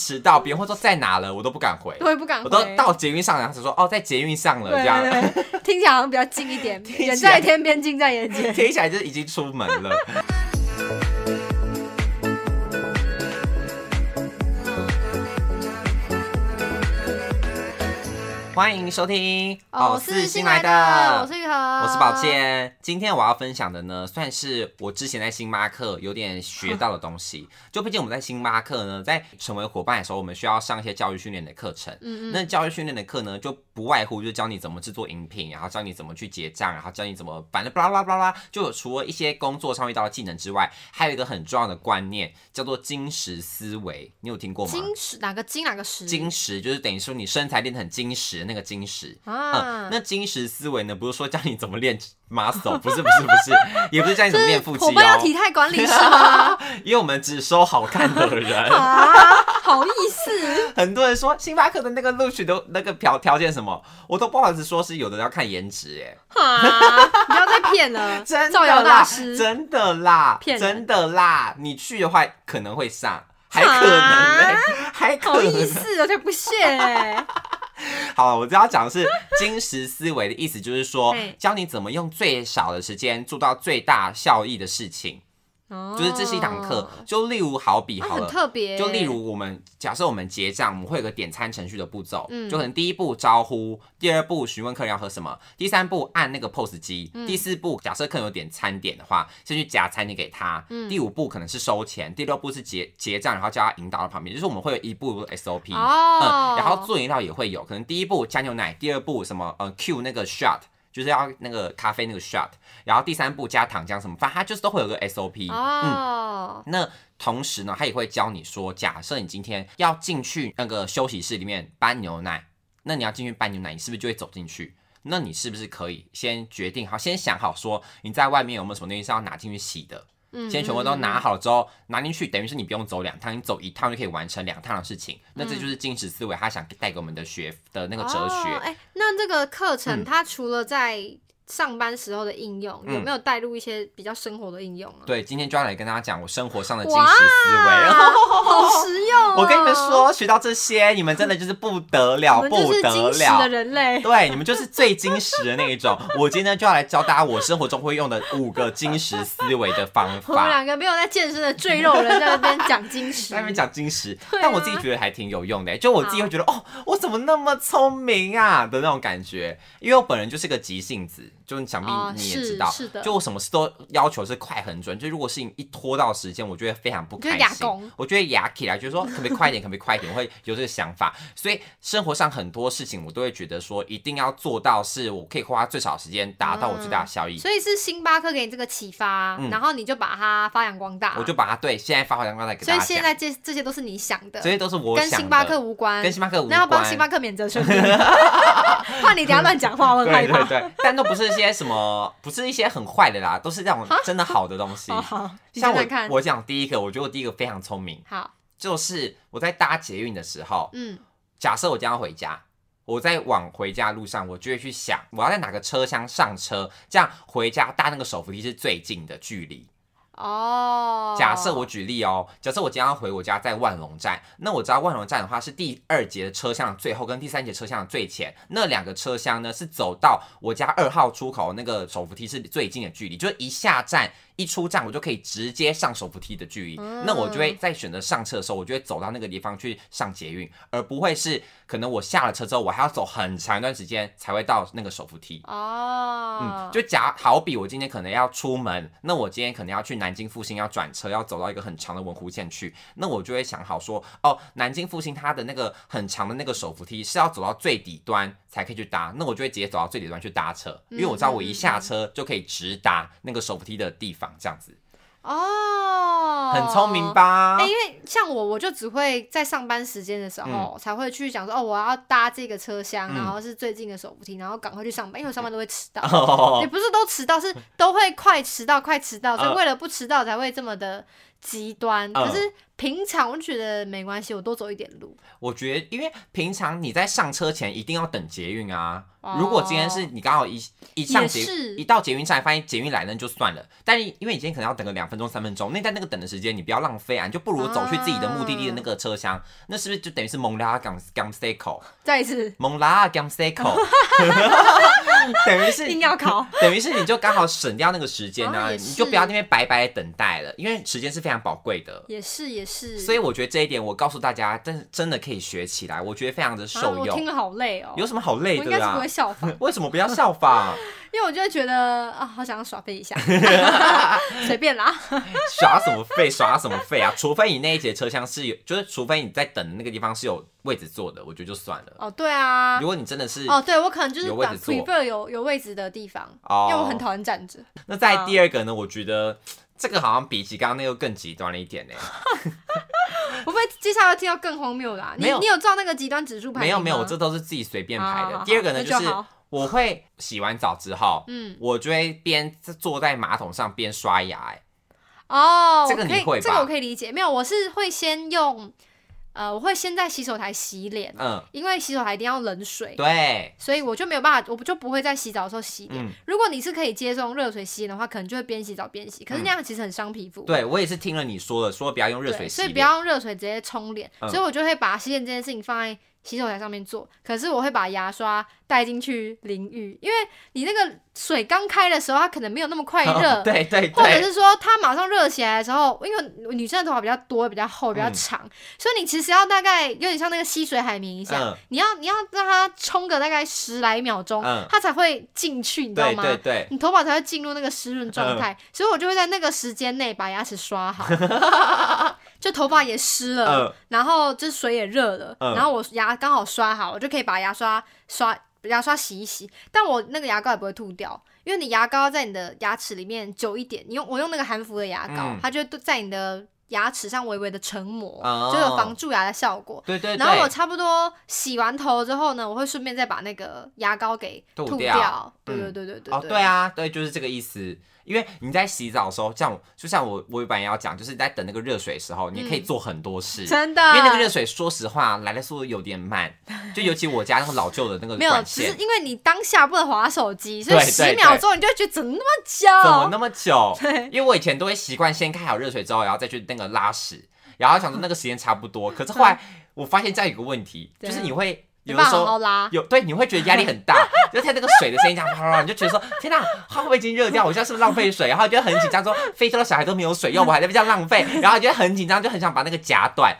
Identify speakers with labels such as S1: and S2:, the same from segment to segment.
S1: 迟到，别人会说在哪了，我都不敢回，
S2: 我也不敢
S1: 我
S2: 回。
S1: 都到捷运上，然后只说哦，在捷运上了
S2: 啊对
S1: 这样。
S2: 对对，听起来好像比较近一 点，
S1: 起来
S2: 远在天边，近在眼 前。
S1: 听起来就是已经出门了。欢迎收听，
S2: 哦，
S1: 哦，
S2: 是
S1: 新
S2: 新
S1: 来
S2: 来
S1: 的，
S2: 的，我是玉和，我
S1: 我是宝。健。今天我要分享的呢，算是我之前在星巴克有点学到的东 西。就毕竟我们在星巴克呢，在成为伙伴的时候，我们需要上一些教育训练的课程。
S2: 嗯
S1: 那教育训练的课呢，就不外乎就教你怎么制作饮品，然后教你怎么去结账，然后教你怎么反正巴拉巴拉巴拉，就有除了一些工作上遇到的技能之外，还有一个很重要的观念叫做金石思维，你有听过吗？
S2: 金石哪个金哪个石？
S1: 金石就是等于说你身材练得很金石，那个金石。
S2: 啊
S1: 嗯，，那金石思维呢？不是说教你怎么练 muscle，不是不是不是，也不是教你怎么练 腹肌
S2: 伙伴要体
S1: 哦，
S2: 态管理是吗？
S1: 因为我们只收好看的 人。
S2: 啊，好意思，
S1: 很多人说星巴克的那个录取的那个条条件什么，我都不好意思说是有的要看颜值，哎，
S2: 啊，不要再骗了，
S1: 真
S2: 造
S1: 的
S2: 谣大
S1: 啦，
S2: 师，
S1: 真的啦，
S2: 骗人
S1: 真的啦，你去的话可能会上，还可能嘞，还
S2: 啊好
S1: 可
S2: 意
S1: 能。
S2: 思，有点 不屑哎，
S1: 好，我只要讲的是金石思维的意思，就是说
S2: 嘿
S1: 教你怎么用最少的时间做到最大效益的事情，就是这是一堂课
S2: 哦，。
S1: 就例如好比
S2: 那
S1: 好
S2: 啊很
S1: 了。
S2: 特别，
S1: 就例如我们假设我们结账，我们会有个点餐程序的步骤，
S2: 嗯
S1: 就可能第一步招呼，第二步询问客人要喝什么，第三步按那个 POS 机，
S2: 嗯
S1: 第四步假设客人有点餐点的话，先去夹餐点给他，
S2: 嗯
S1: 第五步可能是收钱，第六步是结结账，然后叫他引导到旁边，就是我们会有一步 SOP，、
S2: 哦
S1: 嗯，，然后做饮料也会有，可能第一步加牛奶，第二步什么呃 Q 那个 shot。就是要那个咖啡那个 shot，然后第三步加糖浆什么，反正它就是都会有个 SOP。
S2: 哦，
S1: 那同时呢，他也会教你说，假设你今天要进去那个休息室里面搬牛奶，那你要进去搬牛奶，你是不是就会走进去？那你是不是可以先决定好，先想好说你在外面有没有什么东西是要拿进去洗的？
S2: 嗯
S1: 先全部都拿好了之后拿进去，等于是你不用走两趟，你走一趟就可以完成两趟的事情。那
S2: 嗯
S1: 这就是金石思维，他想带给我们的学的那个哲学。
S2: 哦哎、那这个课程
S1: 嗯
S2: 它除了在上班时候的应用，有
S1: 嗯
S2: 没有带入一些比较生活的应用啊？
S1: 对，今天就要来跟大家讲我生活上的金
S2: 哇哦
S1: 石思维。然后
S2: 啊好实用、哦！
S1: 我跟你们，说，学到这些，你们真的就是不得了，
S2: 我们就
S1: 不
S2: 是
S1: 得
S2: 金石的
S1: 了。
S2: 人类。
S1: 对，你们就是最金石的那一种。我今天就要来教大家我生活中会用的五个金石思维的方
S2: 我们
S1: 法。
S2: 两个没有在健身的赘肉人在那边讲金石，
S1: 在那边讲金石，
S2: 对啊
S1: 但我自己觉得还挺有用的、就我自己会觉得哦，我怎么那么聪明啊的那种感觉。因为我本人就是个急性子，就想必
S2: 哦
S1: 你也
S2: 是
S1: 知道，
S2: 是的
S1: 就我什么事都要求是快很准。就如果事情一拖到时间，我就会非常不
S2: 你就
S1: 开
S2: 俩
S1: 心
S2: 拱。
S1: 我就会牙起来，就是说可不可以快一点，可不可以快一点，我会有这个想法。所以生活上很多事情，我都会觉得说一定要做到，是我可以花最少时间达到我最大的效益。
S2: 所以是星巴克给你这个启发，
S1: 嗯
S2: 然后你就把它发扬光大。
S1: 我就把它对现在发挥光大给
S2: 所
S1: 大
S2: 以
S1: 家
S2: 现
S1: 讲，
S2: 在这这些都是你想的，
S1: 这些都是我
S2: 跟
S1: 想的。啊
S2: 星巴克无关，
S1: 跟星巴克无关，
S2: 那要帮星巴克免责声 明， 怕你等下乱讲话，我很害
S1: 对对
S2: 怕。
S1: 对，但都不是一些什么，不是一些很坏的啦，都是那种真的哦好的东西
S2: 好。好，你
S1: 像
S2: 想
S1: 我
S2: 想看，
S1: 我讲第一个，我觉得我第一个非常聪明，
S2: 好，
S1: 就是我在搭捷运的时候，
S2: 嗯，
S1: 假设我将要回家，我在往回家的路上，我就会去想我要在哪个车厢上车，这样回家搭那个手扶梯是最近的距离。
S2: 哦，
S1: 假设我举例哦，假设我今天要回我家在万隆站，那我知道万隆站的话是第二节的车厢的最后跟第三节车厢的最前，那两个车厢呢是走到我家二号出口那个手扶梯是最近的距离，就是一下站一出站我就可以直接上手扶梯的距离，
S2: 嗯
S1: 那我就会在选择上车的时候，我就会走到那个地方去上捷运，而不会是可能我下了车之后我还要走很长一段时间才会到那个手扶梯。
S2: 哦
S1: 嗯，，就假好比我今天可能要出门，那我今天可能要去南京复兴，要转车，要走到一个很长的文湖线去，那我就会想好说，哦，南京复兴它的那个很长的那个手扶梯是要走到最底端才可以去搭，那我就会直接走到最底端去搭车，因为我知道我一
S2: 嗯
S1: 下车就可以直达那个手扶梯的地方，这样子
S2: 哦，
S1: 很聪明？吧？
S2: 哎、因 为像我，我就只会在上班时间的时候、才会去想说，哦，我要搭这个车厢，
S1: 嗯
S2: 然后是最近的手扶梯，然后赶快去上班，因为我上班都会迟到。也
S1: 哦，
S2: 不是都迟到，是都会快迟到，快迟到，所
S1: 呃
S2: 以为了不迟到才会这么的极端，
S1: 嗯
S2: 可是平常我就觉得没关系，我多走一点路。
S1: 我觉得，因为平常你在上车前一定要等捷运啊。
S2: 哦
S1: 如果今天是你刚好一一上
S2: 也
S1: 捷
S2: 是
S1: 一到捷运站，发现捷运来了那就算了。但是因为你今天可能要等个两分钟、三分钟，那在那个等的时间，你不要浪费啊，你就不如走去自己的目的地的那个车
S2: 啊
S1: 厢。那是不是就等于是蒙拉港港 C 口？
S2: 再一次，
S1: 蒙拉港 C 口，等于是
S2: 硬要考，
S1: 等于是你就刚好省掉那个时间啊，
S2: 哦也是
S1: 你就不要那边白白等待了，因为时间是非常宝贵的。
S2: 也是也是。
S1: 所以我觉得这一点，我告诉大家，真真的可以学起来，我觉得非常的
S2: 啊
S1: 受
S2: 我听
S1: 用。
S2: 了好累哦。
S1: 有什么好累
S2: 我应该
S1: 的
S2: 是不
S1: 啊
S2: 会？效仿，
S1: 为什么不要效仿？
S2: 因为我就会觉得啊，好想要耍废 一下，随便啦。
S1: 耍什么废？耍什么废啊？ 除非你那一节车厢是有，就是除非你在等的那个地方是有位置坐的，我觉得就算了。
S2: 哦，对啊
S1: 如，果你真的是，
S2: 哦，对我可能就是
S1: 有位
S2: 把
S1: 置坐
S2: prefer 有有位置的地方，
S1: 哦
S2: 因为我很讨厌啊站着。
S1: 那在第二个呢？我觉得这个好像比起刚刚那个更极端了一 点呢、
S2: 我会接下来听到更荒谬的、啊。你
S1: 没有
S2: 你有照那个极端指数排
S1: 没
S2: 名
S1: 有
S2: 吗？
S1: 没有，我这都是自己随便
S2: 好
S1: 排
S2: 好
S1: 的。
S2: 啊好
S1: 第二个呢，
S2: 那
S1: 就
S2: 就是好
S1: 我会洗完澡之后，
S2: 嗯
S1: 我就会边坐在马桶上边刷牙、欸。
S2: 哦，
S1: 这个你
S2: 我可以
S1: 会吧
S2: 这个我可以理解。没有，我是会先用呃，我会先在洗手台洗脸，
S1: 嗯，
S2: 因为洗手台一定要冷水，
S1: 对，
S2: 所以我就没有办法，我就不会在洗澡的时候洗脸。
S1: 嗯，
S2: 如果你是可以接受用热水洗脸的话，可能就会边洗澡边洗，可是那样其实很伤皮肤。
S1: 嗯对我也是听了你说的，说不要用热水
S2: 对
S1: 洗
S2: 所以
S1: 脸，
S2: 不要用热水直接冲脸，
S1: 嗯
S2: 所以我就会把洗脸这件事情放在洗手台上面做，可是我会把牙刷带进去淋浴，因为你那个水刚开的时候，它可能没有那么快 热。
S1: 哦对对
S2: 或者
S1: 对，
S2: 是说，它马上热起来的时候，因为女生的头发比较多、比较厚、比较
S1: 嗯
S2: 长，所以你其实要大概有点像那个吸水海绵一下，
S1: 嗯
S2: 你要你要让它冲个大概十来秒钟，
S1: 嗯
S2: 它才会进去，你知道
S1: 对
S2: 吗？
S1: 对嗯对，
S2: 你头发才会进入那个湿润状态，所以我就会在那个时间内把牙齿 刷好，就头发也湿了，
S1: 嗯
S2: 然后就水也热了，
S1: 嗯
S2: 然后我牙刚好刷好，我就可以把牙刷刷牙刷洗一洗，但我那个牙膏也不会吐掉。因为你牙膏在你的牙齿里面久一点，你用我用那个含氟的牙膏，
S1: 嗯
S2: 它就会在你的牙齿上微微的成膜，
S1: 哦
S2: 就有防蛀牙的效果。
S1: 对对对，
S2: 然后我差不多洗完头之后呢，我会顺便再把那个牙膏给
S1: 吐
S2: 吐
S1: 掉
S2: 对
S1: 嗯
S2: 对对对对。
S1: 哦，对啊，对，就是这个意思。因为你在洗澡的时候，像我就像我我本来要讲，就是在等那个热水的时候，你可以做很多事。
S2: 嗯真的，
S1: 因为那个热水，说实话来的速度有点慢，就尤其我家那个老旧的那个
S2: 没有，
S1: 管
S2: 只是
S1: 线，
S2: 因为你当下不能划手机，所以
S1: 对对
S2: 十
S1: 对
S2: 秒钟你就会觉得怎么那么久？
S1: 怎么那么久？因为我以前都会习惯先开好热水之后，然后再去那个拉屎，然后想说那个时间差不多。可是后来我发现这样有个问题，
S2: 怎
S1: 就
S2: 样
S1: 是你会
S2: 嗯没
S1: 有的
S2: 办
S1: 时
S2: 法好
S1: 候
S2: 好 拉，
S1: 有对，你会觉得压力很大， 就在那个水的声音这样啪啪啪，你就觉得说天哪，它会不会已经热掉？ 我现在是不是浪费水？然后你就很紧张，说非洲的小孩都没有水用，我还在那边这样浪 费，然后你就很紧张，就很想把那个夹断。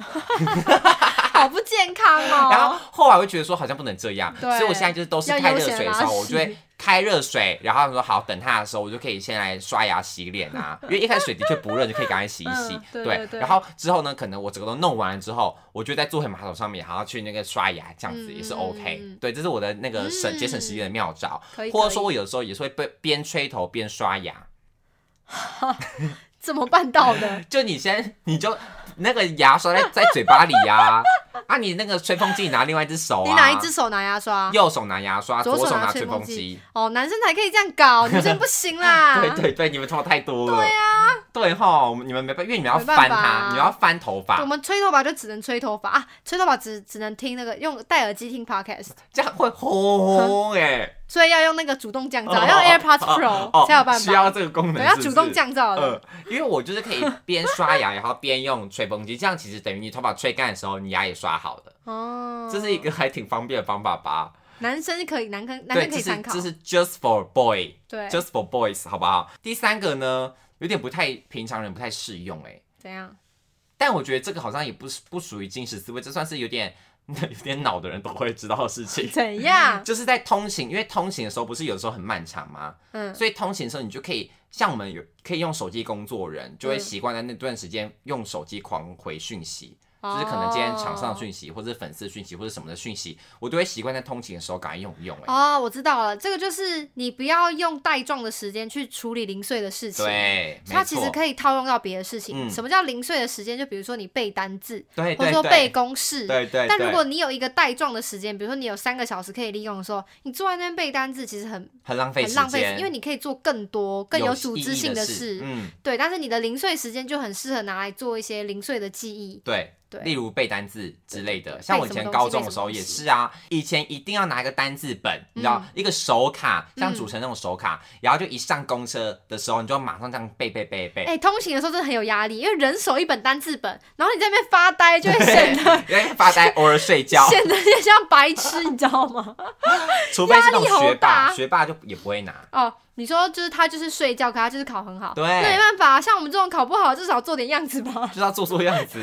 S2: 好不健康
S1: 然后
S2: 哦。
S1: 后来我就觉得说好像不能这样，
S2: 对
S1: 所以我现在就是都是
S2: 要啊
S1: 开
S2: 悠
S1: 热
S2: 闲
S1: 水的
S2: 拉
S1: 时候，我
S2: 屎
S1: 就会开热水，然后说好，等它的时候我就可以先来刷牙洗脸 啊，因为一开始水的确不热，你可以赶快洗一洗
S2: 嗯。对对对
S1: 然后之后呢，可能我整个都弄完了之后，我就在坐回马桶上面，然后去那个刷牙，这样子也是
S2: 嗯
S1: OK
S2: 嗯嗯。
S1: 对，这是我的那个省节省时间的妙招。
S2: 可以，
S1: 或者
S2: 可以
S1: 说我有时候也是会被边吹头边刷牙，
S2: 怎么办到 的？
S1: 就你先你就那个牙刷在在嘴巴里呀、啊， 你那个吹风机你拿另外一只手啊，
S2: 你哪一只？手拿牙刷？
S1: 右手拿牙刷，
S2: 左手
S1: 手
S2: 拿
S1: 吹
S2: 吹
S1: 风
S2: 风啊
S1: 机。
S2: 哦，男生才可以这样 搞，女生不行啦。
S1: 对对对，你们头发太多了。对呀、啊，对哈，你们没办法，因为你们要
S2: 没办
S1: 翻
S2: 法啊
S1: 它，你们要翻头
S2: 我
S1: 发，
S2: 们吹头发就只能吹头发啊，吹头发只只能听那个用戴耳机听 podcast，
S1: 这样会轰 哎。
S2: 所以要用那个主动降
S1: 哦
S2: 噪，要用 AirPods
S1: 哦
S2: Pro、
S1: 哦
S2: 才有办
S1: 需
S2: 法。
S1: 要这个功能
S2: 对，要
S1: 是不
S2: 主动
S1: 是
S2: 降噪的。
S1: 呃，因为我就是可以边刷牙，然后边用吹风机，这样其实等于你头发吹干的时候，你牙也刷好了，
S2: 哦，
S1: 嗯这是一个还挺方便的方法吧？
S2: 男生可以，男生男
S1: 对，
S2: 生可
S1: 这
S2: 以
S1: 是
S2: 参考
S1: 这。是 just for boy，just
S2: 对，
S1: for boys，好不好？第三个呢，有点不太平常人不太适用哎、
S2: 怎样？
S1: 但我觉得这个好像也不是不属于进食思维，这算是有点 有点脑的人都会知道的事 情。
S2: 怎样？
S1: 就是在通勤，因为通勤的时候不是有时候很漫长吗？
S2: 嗯，
S1: 所以通勤的时候，你就可以像我们有可以用手机工作人，
S2: 嗯
S1: 就会习惯在那段时间用手机狂回讯息，
S2: 哦
S1: 就是可能今天厂商的讯息，或者是粉丝讯息，或者什么的讯息，我都会习惯在通勤的时候赶快用一用、欸。
S2: 哦。哦，我知道了，这个就是你不要用带状的时间去处理零碎的事情。。
S1: 对，没
S2: 它其实
S1: 错，
S2: 可以套用到别的事情。
S1: 嗯
S2: 什么叫零碎的时间？就比如说你背单字，
S1: 对
S2: 或者
S1: 对
S2: 说
S1: 对，
S2: 背公式。
S1: 对对。
S2: 但如
S1: 对
S2: 果你有一个带状的时间，比如说你有三个小时可以利用的时候，你坐在那边背单字，其实很
S1: 很浪费
S2: 很
S1: 时
S2: 浪费时，
S1: 间，
S2: 因为你可以做更多更有组织性
S1: 的
S2: 事。
S1: 嗯，
S2: 对，但是你的零碎时间就很适合拿来做一些零碎的记忆。
S1: 对。
S2: 对
S1: 例如背单字之类
S2: 对对
S1: 的，
S2: 对
S1: 像
S2: 背
S1: 我以
S2: 什么
S1: 前
S2: 东西
S1: 高
S2: 背
S1: 中的
S2: 什么
S1: 时候
S2: 东
S1: 也
S2: 西嗯
S1: 是啊，以前一定要拿一个单字本，你知道一个手卡，像主持人那种手卡，然后就一上公车的时候，你就要马上这样背背背背
S2: 哎、，通勤的时候真的很有压力，因为人手一本单字本，然后你在那边发呆，就会显 得
S1: 然后发呆，偶尔睡觉，
S2: 显得就像白痴，你知道吗？
S1: 除非是那种
S2: 压力好
S1: 学霸，
S2: 大
S1: 学霸就也不会拿。
S2: 哦，你说就是他就是睡觉，可他就是考很好，
S1: 对
S2: 那没办法，像我们这种考不好，至少做点样子吧。
S1: 就是要做做样子，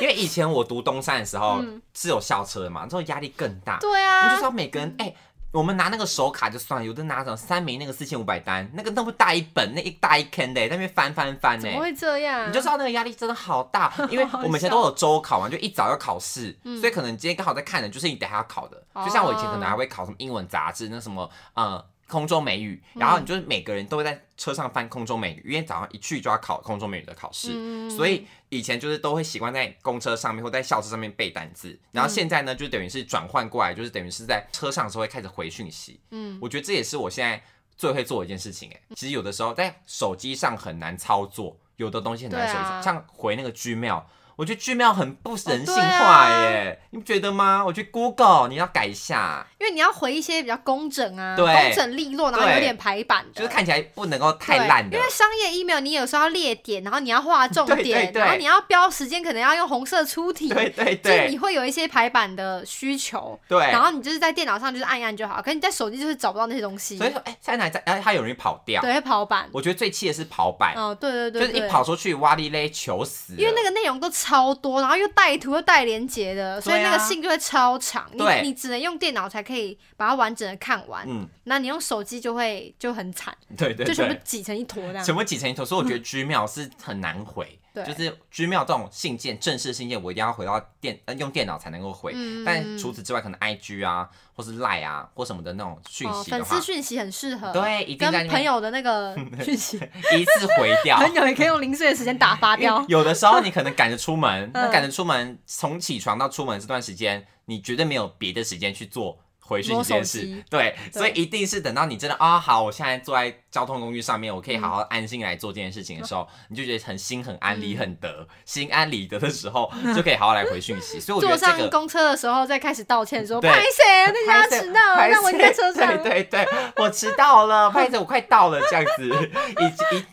S1: 因为以前我读东山的时候、
S2: 嗯
S1: 是有校车的嘛，之后压力更大，
S2: 对
S1: 我就
S2: 啊
S1: 知，道每个人哎、我们拿那个手卡就算了，有的拿什么三枚那个四千五百单，那个那么大一本，那一大一坑的、在那边翻翻翻呢、
S2: 怎么会啊这样？
S1: 欸你就知道那个压力真的好大，因 为我们以前都有周考嘛，就一早要考试，
S2: 嗯
S1: 所以可能你今天刚好在看的就是你等一下要考的。就像我以前可能还会考什么英文杂志，那什么呃空中美语，然后你就是每个人都会在车上翻空中美语，因为早上一去就要考空中美语的考试，
S2: 嗯
S1: 所以以前就是都会习惯在公车上面或在校车上面背单字，然后现在
S2: 嗯
S1: 呢就等于是转换过来，就是等于是在车上的时候会开始回讯息。
S2: 嗯，
S1: 我觉得这也是我现在最会做的一件事情、欸。其实有的时候在手机上很难操作，有的东西很难手
S2: 对
S1: 机、
S2: 啊
S1: 像回那个 Gmail，我觉得 Gmail 很不人性
S2: 哦
S1: 化
S2: 对啊
S1: 耶、你不觉得吗？我觉得 Google 你要改一下，
S2: 因为你要回一些比较工整啊，
S1: 对
S2: 工整利落，然后
S1: 对
S2: 有点排版的，
S1: 就是看起来不能够太
S2: 对
S1: 烂的
S2: 因。为商业 email 你有时候要列点，然后你要画重
S1: 对
S2: 点，
S1: 对对
S2: 然后你要标时间，可能要用红色粗体，
S1: 对对
S2: 就是你
S1: 对
S2: 会有一些排版的需求。
S1: 对
S2: 然，后你就是在电脑上就是按一按就好，可是你在手机就是找不到那些东西，
S1: 所以说哎，在哪在，然后它有容易跑掉。
S2: 对，会跑版。
S1: 我觉得最气的是跑版，
S2: 哦，对对对
S1: 就是一
S2: 对
S1: 跑出去哇哩嘞，求死了。
S2: 因为那个内容都超多，然后又带图又带连接的，所以
S1: 对啊
S2: 那个信就会超长。
S1: 对
S2: 你你只能用电脑才可以把它完整的看完，
S1: 嗯，
S2: 那你用手机就会就很惨，
S1: 对对
S2: 就全部
S1: 对。
S2: 挤成一坨这样。嗯
S1: 全部挤成一坨，所以我觉得 Gmail 是很难回。
S2: 对
S1: 就是 Gmail 这种信件，正式信件我一定要回到电，呃、用电脑才能够回。
S2: 嗯
S1: 但除此之外，可能 IG 啊，或是 Line 啊，或什么的那种讯
S2: 哦，
S1: 息的
S2: 粉
S1: 话，
S2: 丝讯息很适合，
S1: 对，一定在
S2: 跟
S1: 那
S2: 朋
S1: 边
S2: 友的 那个讯息，
S1: 一次回 掉。
S2: 朋友也可以用零碎的时间打发
S1: 因为。
S2: 掉
S1: 有的时候你可能赶着出
S2: 嗯
S1: 门，那赶着出门，从起床到出门这段时间，你绝对没有别的时间去做回讯息这件
S2: 摸手
S1: 事
S2: 机。
S1: 对，
S2: 对
S1: 所以一定是等到你真的啊、好，我现在坐在交通工具上面，我可以好好安心来做这件事情的时候，
S2: 嗯
S1: 你就觉得很心很安理很得，心安理得的时候，就可以好好来回讯息。所以我觉
S2: 嗯坐
S1: 得这
S2: 上
S1: 个。
S2: 公车的时候再开始道歉说：“
S1: 对
S2: 拍谁？那
S1: 拍
S2: 家
S1: 摄
S2: 迟到了，
S1: 拍摄
S2: 让我在车上。”
S1: 对对对，我迟到了，拍着我快到了，这样子，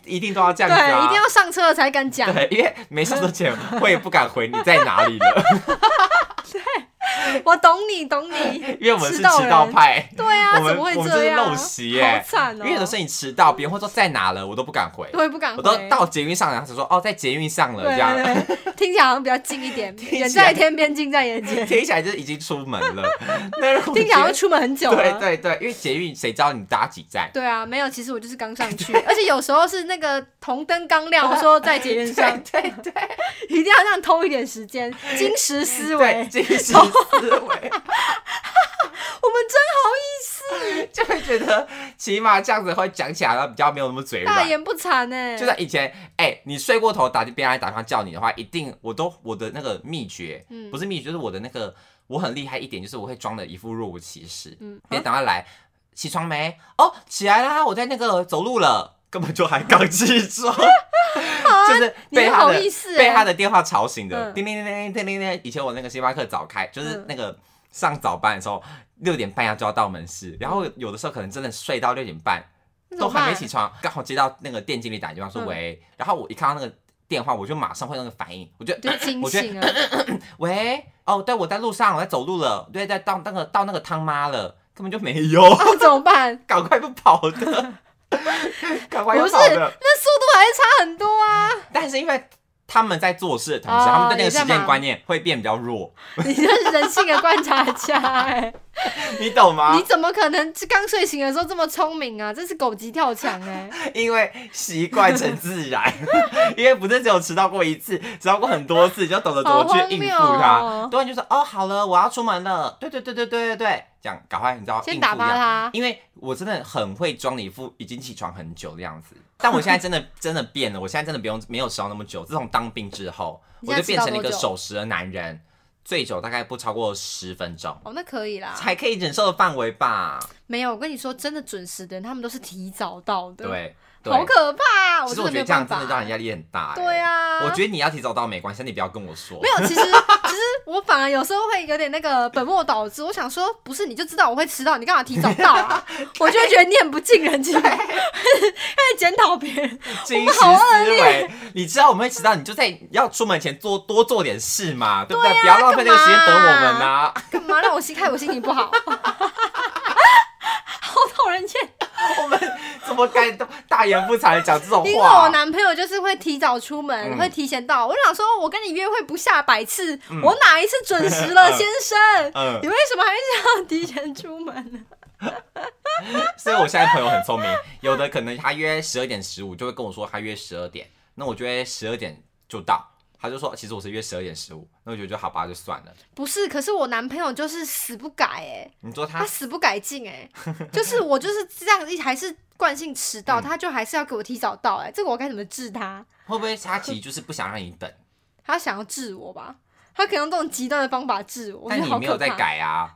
S1: 一一一定都要这样子啊，
S2: 对，一定要上车了才敢讲。
S1: 对，因为没上车前我也不敢回你在哪里了，
S2: 我懂你，懂你。
S1: 因为我们是
S2: 迟到
S1: 迟到
S2: 人
S1: 派，
S2: 对啊，
S1: 我
S2: 怎
S1: 们
S2: 么会
S1: 我们
S2: 这
S1: 是
S2: 样？
S1: 陋习耶
S2: 好惨
S1: 因
S2: 哦。
S1: 为有的时候你迟到，别人会说在哪了，我都不敢回，
S2: 我也不敢回，
S1: 我都到捷运上了，然后才说哦在捷运上了
S2: 对
S1: 这样，
S2: 对对，听起来好像比较近 一点，
S1: 起来
S2: 远在天边，近在 眼前，
S1: 听起来就是已经出门 了，那如果
S2: 听起来好像啊出门很久
S1: 对
S2: 了。
S1: 对对，因为捷运谁知道你搭几站？
S2: 对啊，没有，其实我就是刚上去，而且有时候是那个红灯刚亮，我说在捷运上，
S1: 对对对
S2: 一定要让偷一点时间， 金石思维
S1: 对，，这是思维。
S2: 我们真好意思，
S1: 就会觉得起码这样子会讲起来，然后比较没有那么嘴
S2: 大
S1: 软。
S2: 言不欸惭呢。
S1: 就像以前，哎、你睡过头打别人来打电话叫你的话，一定我都我的那个秘诀，
S2: 嗯
S1: 不是秘诀，就是我的那个我很厉害一点，就是我会装的一副若无其事。
S2: 嗯
S1: 别人打电话来，起床没？哦，起来啦，我在那个走路了，根本就还刚起 床，就是
S2: 啊你
S1: 被
S2: 很
S1: 他
S2: 好
S1: 的
S2: 意思欸
S1: 被他的电话吵醒的，
S2: 嗯
S1: 叮铃铃铃叮铃铃。以前我那个星巴克早开，就是
S2: 嗯
S1: 那个上早班的时候，六点半要就要到门市，然后有的时候可能真的睡到六点半
S2: 那怎
S1: 都
S2: 么办
S1: 还没起床，刚好接到那个店经理打电话说
S2: 嗯
S1: 喂，然后我一看到那个电话，我就马上会有那个反应，我就
S2: 就是啊惊
S1: 我觉得
S2: 醒了，
S1: 喂，哦，对，我在路上，我在走路了，对，在到那个到那个汤妈了，根本就没有，
S2: 那怎么办？
S1: 赶快不跑 的，赶快要
S2: 不是
S1: 跑的，
S2: 那速度还是差很多 啊！
S1: 但是因为。他们在做事的同时，
S2: 哦
S1: 他们对那个
S2: 你在
S1: 时间
S2: 忙
S1: 观念会变比较弱，
S2: 你这是人性的观察家哎。
S1: 你懂吗？
S2: 你怎么可能刚睡醒的时候这么聪明啊？这是狗急跳墙哎、
S1: 因为习惯成自 然，因为不是只有迟到过一次，迟到过很多次，就懂得怎么
S2: 好荒
S1: 去应
S2: 谬
S1: 付它。
S2: 哦
S1: 对，就说哦，好了，我要出门了，对对对对对对对，这样赶快你知道啊应
S2: 先
S1: 付
S2: 打发
S1: 一下。
S2: 他。
S1: 因为我真的很会装你一副已经起床很久的样子，但我现在真 的真的变了，我现在真的不用没有迟到那么久。自从当兵之后，
S2: 你
S1: 我
S2: 现在
S1: 就变成了一个
S2: 迟到多
S1: 守时的男人。最久大概不超过十分钟，
S2: 哦，那可以啦。
S1: 才可以忍受的范围吧？
S2: 没有，我跟你说，真的准时的人，他们都是提早到的，，
S1: 对，对
S2: 好可怕、啊，
S1: 其实
S2: 真
S1: 我
S2: 的
S1: 觉得
S2: 没有
S1: 这样真
S2: 办法。
S1: 的让人压力很大、欸。
S2: 对啊，
S1: 我觉得你要提早到没关系，但你不要跟我说
S2: 没。有， 其实其实我反而有时候会有点那个本末倒置。我想说，不是你就知道我会迟到，你干嘛提早 到啊？我就会觉得你很不近人 情，开始检讨别人。
S1: 金石思维，你知道我们会迟到，你就在要出门前做多做点事嘛，对不对？不
S2: 啊
S1: 要浪费那个时间等我们啊！
S2: 干嘛让我心害我心情不好？ 好讨人厌！
S1: 我们怎么敢大言不惭的讲这种
S2: 因为我
S1: 话？
S2: 男朋友就是会提早出门，
S1: 嗯
S2: 会提前到。我想说，我跟你约会不下百次，我哪一次准时了，先生？
S1: 嗯
S2: 你，为什么还是要提前出门呢？
S1: 所以我现在朋友很聪明，有的可能他约十二点十五，就会跟我说他约十二点，那我就会十二点就到，他就说其实我是约十二点十五，那我觉得就好吧，就算了。
S2: 不是，可是我男朋友就是死不改哎、
S1: 你说他
S2: 他死不改进哎、就是我就是这样一还是惯性迟到，
S1: 嗯
S2: 他就还是要给我提早到哎、这个我该怎么治他？
S1: 会不会他其实就是不想让你等，
S2: 他想要治我吧？他可能用这种极端的方法治我，我觉
S1: 但
S2: 得
S1: 你
S2: 好
S1: 没
S2: 可
S1: 有在
S2: 怕。
S1: 改啊，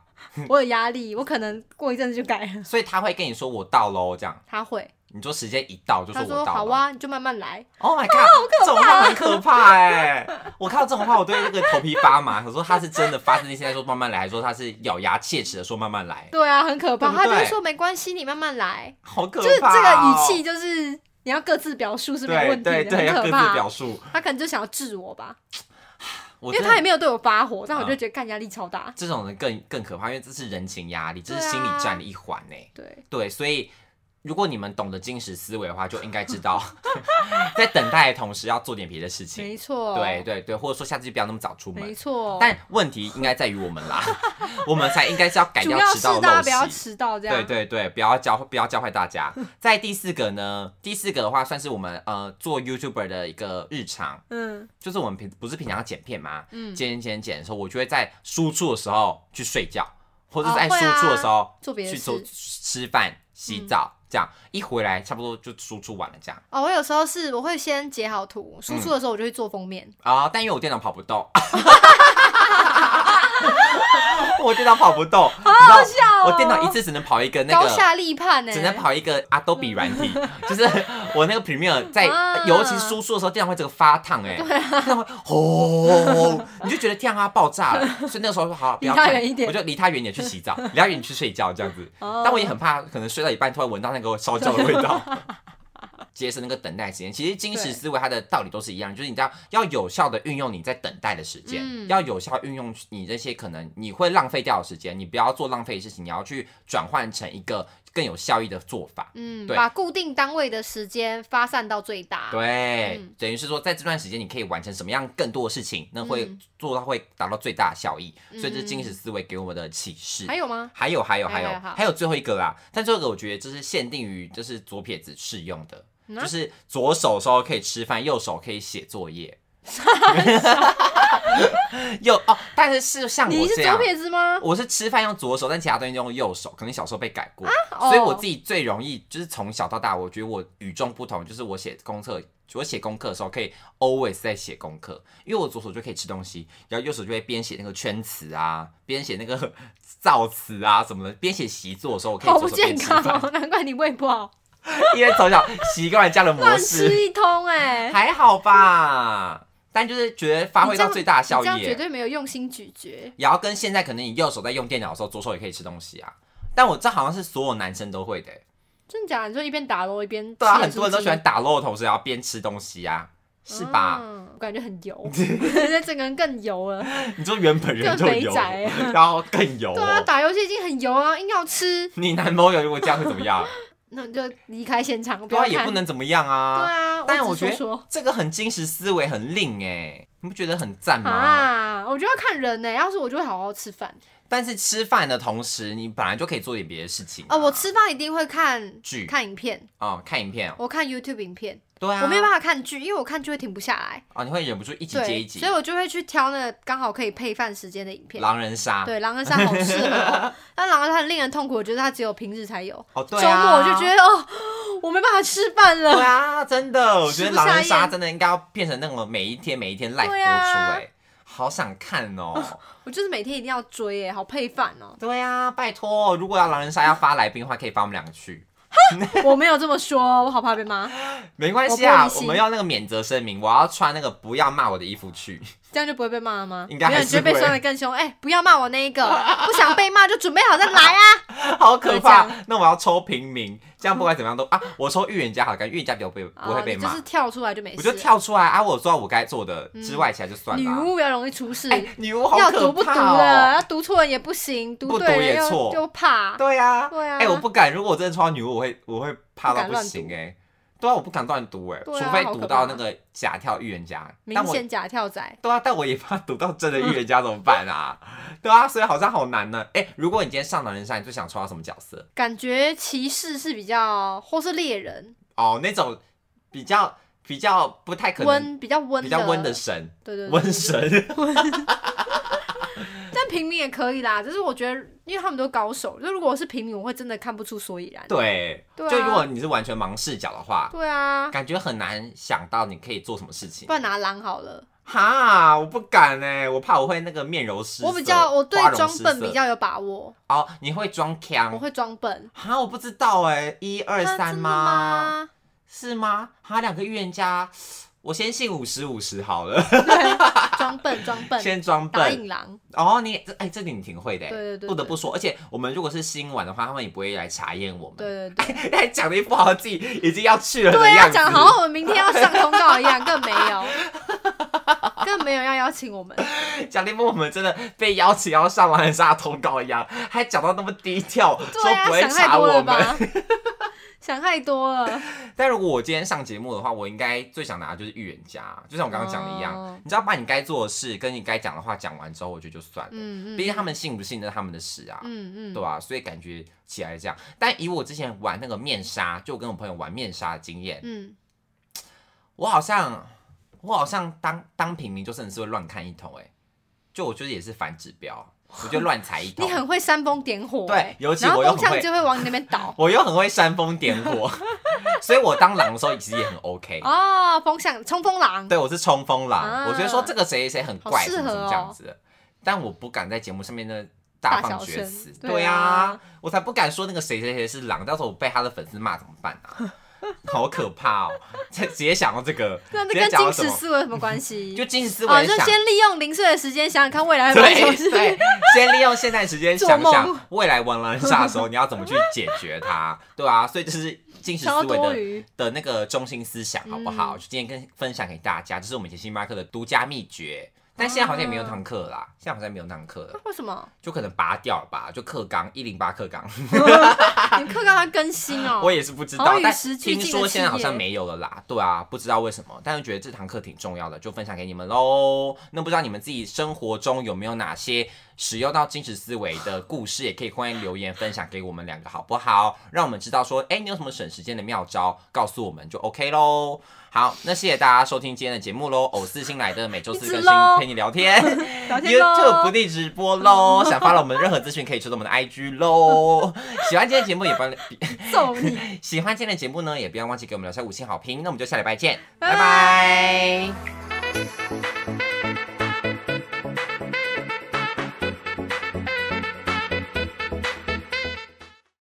S2: 我有压力，我可能过一阵子就改了。
S1: 所以他会跟你说我到喽这样。
S2: 他会，
S1: 你说时间一到就说
S2: 他
S1: 我
S2: 说
S1: 到
S2: 好
S1: 了。
S2: 啊，你就慢慢来。
S1: Oh my god！、这种话很可怕哎、我看到这种话，我对那个头皮发麻。想说他是真的发自内心在说慢慢来，还是说他是咬牙切齿的说慢慢来，
S2: 对啊，很可怕。
S1: 对不
S2: 他就会
S1: 对
S2: 说没关系，你慢慢来。
S1: 好可
S2: 就是这
S1: 怕、哦
S2: 个语气，，就是你要各自表述是没有
S1: 对
S2: 问题的，
S1: 对对，
S2: 很
S1: 要各
S2: 可
S1: 自
S2: 怕
S1: 表。述。
S2: 他可能就想要治我吧，
S1: 我觉
S2: 因为他也
S1: 得
S2: 没有对我发火，但我就
S1: 嗯
S2: 觉得干压力超大。
S1: 这种人更更可怕，因为这是人情压力，这是
S2: 对啊
S1: 心理战的一环呢、
S2: 对，
S1: 对，所以如果你们懂得金石思维的话，就应该知 道，在等待的同时要做点别的事情。
S2: 没错，
S1: 对对对，或者说下次就不要那么早出门。
S2: 没错，
S1: 但问题应该在于我们啦，我们才应该是要改
S2: 主
S1: 掉
S2: 要
S1: 迟
S2: 是
S1: 到的
S2: 大家不要
S1: 陋习。
S2: 迟啊到这样。
S1: 对对对，不要教不要教坏大家。在第四个呢，第四个的话算是我们呃做 YouTuber 的一个日常，
S2: 嗯，
S1: 就是我们平不是平常剪片嘛，
S2: 嗯
S1: 剪剪剪剪的时候，我就会在输出的时候去睡觉，或者
S2: 哦
S1: 是在
S2: 会啊
S1: 输出的时候
S2: 做别的
S1: 去
S2: 事
S1: 做吃饭、洗
S2: 嗯
S1: 澡，这样一回来差不多就输出完了这样
S2: 哦，我有时候是我会先截好图，输
S1: 嗯
S2: 出的时候我就会做封面。
S1: 啊、但因为我电脑跑不 动。 我电脑跑不动，好
S2: 好笑哦！
S1: 我电脑一次只能跑一个那
S2: 高
S1: 个，
S2: 下立判欸呢，嗯
S1: 只能跑一个 Adobe 软 体，就是我那个 Premiere 在，
S2: 啊
S1: 尤其是输出的时候，电脑会这个发烫哎、欸，电脑会哦，你就觉得天啊它爆炸 了，所以那个时候说好，不要
S2: 离它
S1: 看
S2: 远一点
S1: 我就离它远一点去洗 澡，离它远一点去睡觉这样子。
S2: 哦
S1: 但我也很怕，可能睡到一半突然闻到那个烧焦的味 道。节省那个等待时间，其实金石
S2: 对
S1: 思维它的道理都是一样，就是你知道要有效的运用你在等待的时间，
S2: 嗯
S1: 要有效运用你这些可能你会浪费掉的时间，你不要做浪费的事情，你要去转换成一个更有效益的做法。
S2: 嗯，
S1: 对
S2: 把固定单位的时间发散到最大。
S1: 对，
S2: 嗯
S1: 等于是说，在这段时间你可以完成什么样更多的事情，那会
S2: 嗯
S1: 做到会达到最大的效益。所以这是
S2: 嗯
S1: 金石思维给我们的启示。
S2: 还有吗？
S1: 还有还有还
S2: 还有
S1: 有
S2: 还有
S1: 还有最后一个啦，但最后一个我觉得这是限定于就是左撇子适用的，
S2: 嗯啊
S1: 就是左手的时候可以吃饭，右手可以写作 业。 有哦，但是是像
S2: 啊你
S1: 我这
S2: 是左
S1: 样，
S2: 撇子 吗？
S1: 我是吃饭用左手，但其他东西用右手，可能小时候被改过，
S2: 哦
S1: 所以我自己最容易就是从小到大，我觉得我与众不同，就是我写功课。我写功课的时候可以 always 在写功课，因为我左手就可以吃东西，然后右手就会边写那个圈词啊， 边写那个造词啊什么的，边写习作的时候，我可以
S2: 好
S1: 左
S2: 不
S1: 手边
S2: 健
S1: 吃
S2: 康
S1: 饭，
S2: 哦，难怪你胃不好，
S1: 因为从小习惯了这样的模
S2: 乱
S1: 式，
S2: 吃一 通哎。
S1: 还好吧？但就是觉得发挥到最大的效
S2: 你这样
S1: 益耶
S2: 绝，对没有用心咀嚼。
S1: 也要跟现在可能你右手在用电脑的时候，左手也可以吃东西啊。但我这好像是所有男生都会的、欸，
S2: 真的假的？你说一边打喽一边
S1: 对啊，
S2: 吃
S1: 很多人都喜欢打肉的同时也要边吃东西啊，
S2: 盐酥
S1: 是
S2: 鸡
S1: 吧？
S2: 嗯我感觉 很油， 这整个人更油了。
S1: 你说原本人就
S2: 更肥
S1: 油，
S2: 宅欸
S1: 然后更油、
S2: 对啊，
S1: 哦。
S2: 打游戏已经很油啊，硬要吃，
S1: 你男朋友如果这样会怎么 样？
S2: 那你就离开现场，不
S1: 对
S2: 要
S1: 啊，
S2: 看。
S1: 也不能怎么样
S2: 对
S1: 啊。
S2: 啊，
S1: 但
S2: 我
S1: 我
S2: 只
S1: 觉
S2: 说
S1: 得
S2: 说
S1: 这个很精实思维，很令哎、你不觉得很赞吗？
S2: 啊，我觉得要看人呢、要是我就会好好吃饭
S1: 但是吃饭的同时，你本来就可以做点别的事情、啊。
S2: 哦，我吃饭一定会看
S1: 剧
S2: 看影片，
S1: 哦，看影片哦。
S2: 我看 YouTube 影片，
S1: 对啊，
S2: 我没有办法看剧，因为我看剧会停不下来。
S1: 啊，你会忍不住一集接一
S2: 对，
S1: 集
S2: 所以。我就会去挑那个刚好可以配饭时间的影片。
S1: 狼人杀，
S2: 对，狼人杀好适 合哦，但狼人杀很令人痛苦，我觉得它只有平日才有。
S1: 哦，
S2: 周
S1: 对啊，
S2: 末我就觉得哦，我没办法吃饭
S1: 对
S2: 了。
S1: 啊，真的，我觉得
S2: 吃不下
S1: 狼人杀
S2: 咽
S1: 真的应该要变成那种每一天每一天 live 播
S2: 对
S1: 出、
S2: 啊
S1: 哎、好想看 哦。。
S2: 我就是每天一定要追耶，好配饭哦
S1: 对啊，拜托，如果要狼人杀要发来宾的话，可以把我们两个去，
S2: 我没有这么说，我好怕被骂，
S1: 没关系啊
S2: 我玻璃。
S1: 我
S2: 心
S1: 们要那个免责声明，我要穿那个不要骂我的衣服 去。
S2: 这样就不会被骂了吗？
S1: 应该还
S2: 没有你
S1: 是
S2: 就被
S1: 会
S2: 酸的更凶。哎、不要骂我那一个，不想被骂就准备好再 来啊！
S1: 好可怕
S2: 可以！
S1: 那我要抽平民，这样不管怎么样都啊，我抽预言家好，感觉预言家比较不会不会
S2: 哦
S1: 被
S2: 你就
S1: 骂
S2: 是，跳出来就没事。
S1: 我就跳出来啊，我做到我该做的之外，其他就算
S2: 女
S1: 了啊。
S2: 巫比较容易出事，
S1: 哎，女巫好
S2: 要
S1: 可
S2: 读不读
S1: 怕
S2: 的，
S1: 哦！
S2: 要读错人也不行，
S1: 不
S2: 读
S1: 读
S2: 对
S1: 也
S2: 人
S1: 错
S2: 又又怕。
S1: 对啊，
S2: 对啊，
S1: 哎，我不敢，如果我真的抽到女巫，我会我会怕到
S2: 不敢
S1: 不
S2: 乱
S1: 行
S2: 读
S1: 哎。对啊，我不敢乱读哎，除
S2: 对啊
S1: 非
S2: 好
S1: 读
S2: 可
S1: 到
S2: 怕
S1: 那个假跳预言家，但
S2: 明
S1: 我
S2: 显假跳仔，
S1: 对啊，但我也怕读到真的预言 家怎么办啊？对啊，所以好像好难呢。哎、如果你今天上狼人杀，你最想抽到什么角色？
S2: 感觉骑士是比较，或是猎人，
S1: 哦，那种比较比较不太可能，
S2: 温比较温
S1: 比较温
S2: 的
S1: 的，神，
S2: 对对对。
S1: 温神。
S2: 但平民也可以啦，只是我觉得，因为他们都高手，就如果我是平民，我会真的看不出所以 然。
S1: 对，
S2: 对啊
S1: 就如果你是完全盲视角的话，
S2: 对啊，
S1: 感觉很难想到你可以做什么事情
S2: 不。然拿狼好了。
S1: 哈，我不敢哎、我怕我会那个面柔失色，
S2: 我比较，我对
S1: 花容
S2: 装
S1: 失
S2: 笨
S1: 色
S2: 比较有把握，
S1: 哦，你会装
S2: 我
S1: 腔。
S2: 会装笨。
S1: 哈，我不知道哎、一二
S2: 啊
S1: 三
S2: 真的
S1: 吗？
S2: 吗？
S1: 是吗？哈，两个预言家，我先信五十五十好了，
S2: 装笨，装笨，
S1: 先装
S2: 打
S1: 笨。
S2: 引狼。
S1: 哦，你这哎、这点你挺会的欸，
S2: 对对对
S1: 不得
S2: 对
S1: 不说。而且我们如果是新玩的话，他们也不会来查验我们。
S2: 对对对，
S1: 还讲的一副好像自己已经要去了的
S2: 对
S1: 样
S2: 啊，
S1: 子。
S2: 讲得好像我们明天要上通告一样，更没有，更没有要邀请 我们。
S1: 讲的一副我们真的被邀请要上狼人杀的通告一样，还讲到那么低调，
S2: 对
S1: 说
S2: 啊
S1: 不，会
S2: 想太
S1: 查
S2: 多
S1: 我
S2: 了
S1: 们。
S2: 吧？ 想太多了。
S1: 但如果我今天上节目的话，我应该最想拿的就是预言家，就像我刚刚讲的一样，
S2: 哦
S1: 你知道把你该做的事跟你该讲的话讲完之后，我觉得就算了。
S2: 嗯嗯，
S1: 毕竟他们信不信那是他们的事啊。
S2: 嗯嗯，
S1: 对啊，所以感觉起来是这样。但以我之前玩那个面纱，就我跟我朋友玩面纱的经验，
S2: 嗯，
S1: 我好像我好像当当平民就甚至是会乱看一通、欸，哎，就我觉得也是反指标，我就乱踩一
S2: 你
S1: 通，
S2: 很会煽风点火欸，
S1: 对尤其
S2: 然后
S1: 我又
S2: 风
S1: 很
S2: 向
S1: 会
S2: 就会往你那边
S1: 。
S2: 倒
S1: 我又很会煽风点火， 所以我当狼的时候其实也很 OK。
S2: 哦，风向冲锋狼，
S1: 对，我是冲锋狼，
S2: 啊
S1: 我觉得说这个谁谁谁很怪，
S2: 好适
S1: 什么什么
S2: 合
S1: 这样
S2: 哦
S1: 子的，但我不敢在节目上面那大
S2: 大
S1: 放
S2: 小
S1: 厥
S2: 声
S1: 词，
S2: 对
S1: 对啊
S2: 啊，
S1: 我才不敢说那个谁谁谁是狼，到时候我被他的粉丝骂怎么办啊？好可怕哦！才直接想到这 个，
S2: 啊那
S1: 直
S2: 这
S1: 接
S2: 跟
S1: 讲到什
S2: 金石
S1: 么？
S2: 思维有什么关 系？
S1: 就金石思
S2: 哦，
S1: 维
S2: 就
S1: 想。
S2: 先利用零碎的时间想想看未来会发生什么
S1: 对
S2: 事。
S1: 对，先利用现在时间
S2: 做
S1: 想
S2: 梦
S1: 想未来玩狼人杀的时候，你要怎么去解决它，对啊，所以就是金石思
S2: 超
S1: 维
S2: 多
S1: 的
S2: 余，
S1: 的那个中心思想，好不好？就今天跟分享给大家，这是我们以前星巴克的独家秘诀。但现在好像也没有那堂课啦，现在好像没有那堂课了，
S2: 为什么？
S1: 就可能拔掉了吧，就课纲一零八课纲，
S2: 你们课纲还更新哦？
S1: 我也是不知道
S2: 好，与
S1: 但
S2: 时俱
S1: 听
S2: 进的
S1: 说现在好像
S2: 企业
S1: 没有了啦，对啊，不知道为什么，但是觉得这堂课挺重要的，就分享给你们喽。那不知道你们自己生活中有没有哪些使用到金石思维的故事，也可以欢迎留言分享给我们两个，好不好？让我们知道说，哎、你有什么省时间的妙招，告诉我们就 OK 喽。好，那谢谢大家收听今天的节目喽。偶四新来的每周四
S2: 一直
S1: 更
S2: 咯
S1: 新，陪你聊 天。
S2: 聊天咯
S1: YouTube 不定直播喽，想发了我们任何资讯可以去到我们的 IG 喽。喜欢今天的节目也帮
S2: 揍你！
S1: 喜欢今天的节目呢，也不要忘记给我们留下五星好评。那我们就下礼拜见，拜
S2: 拜
S1: 拜。
S2: 拜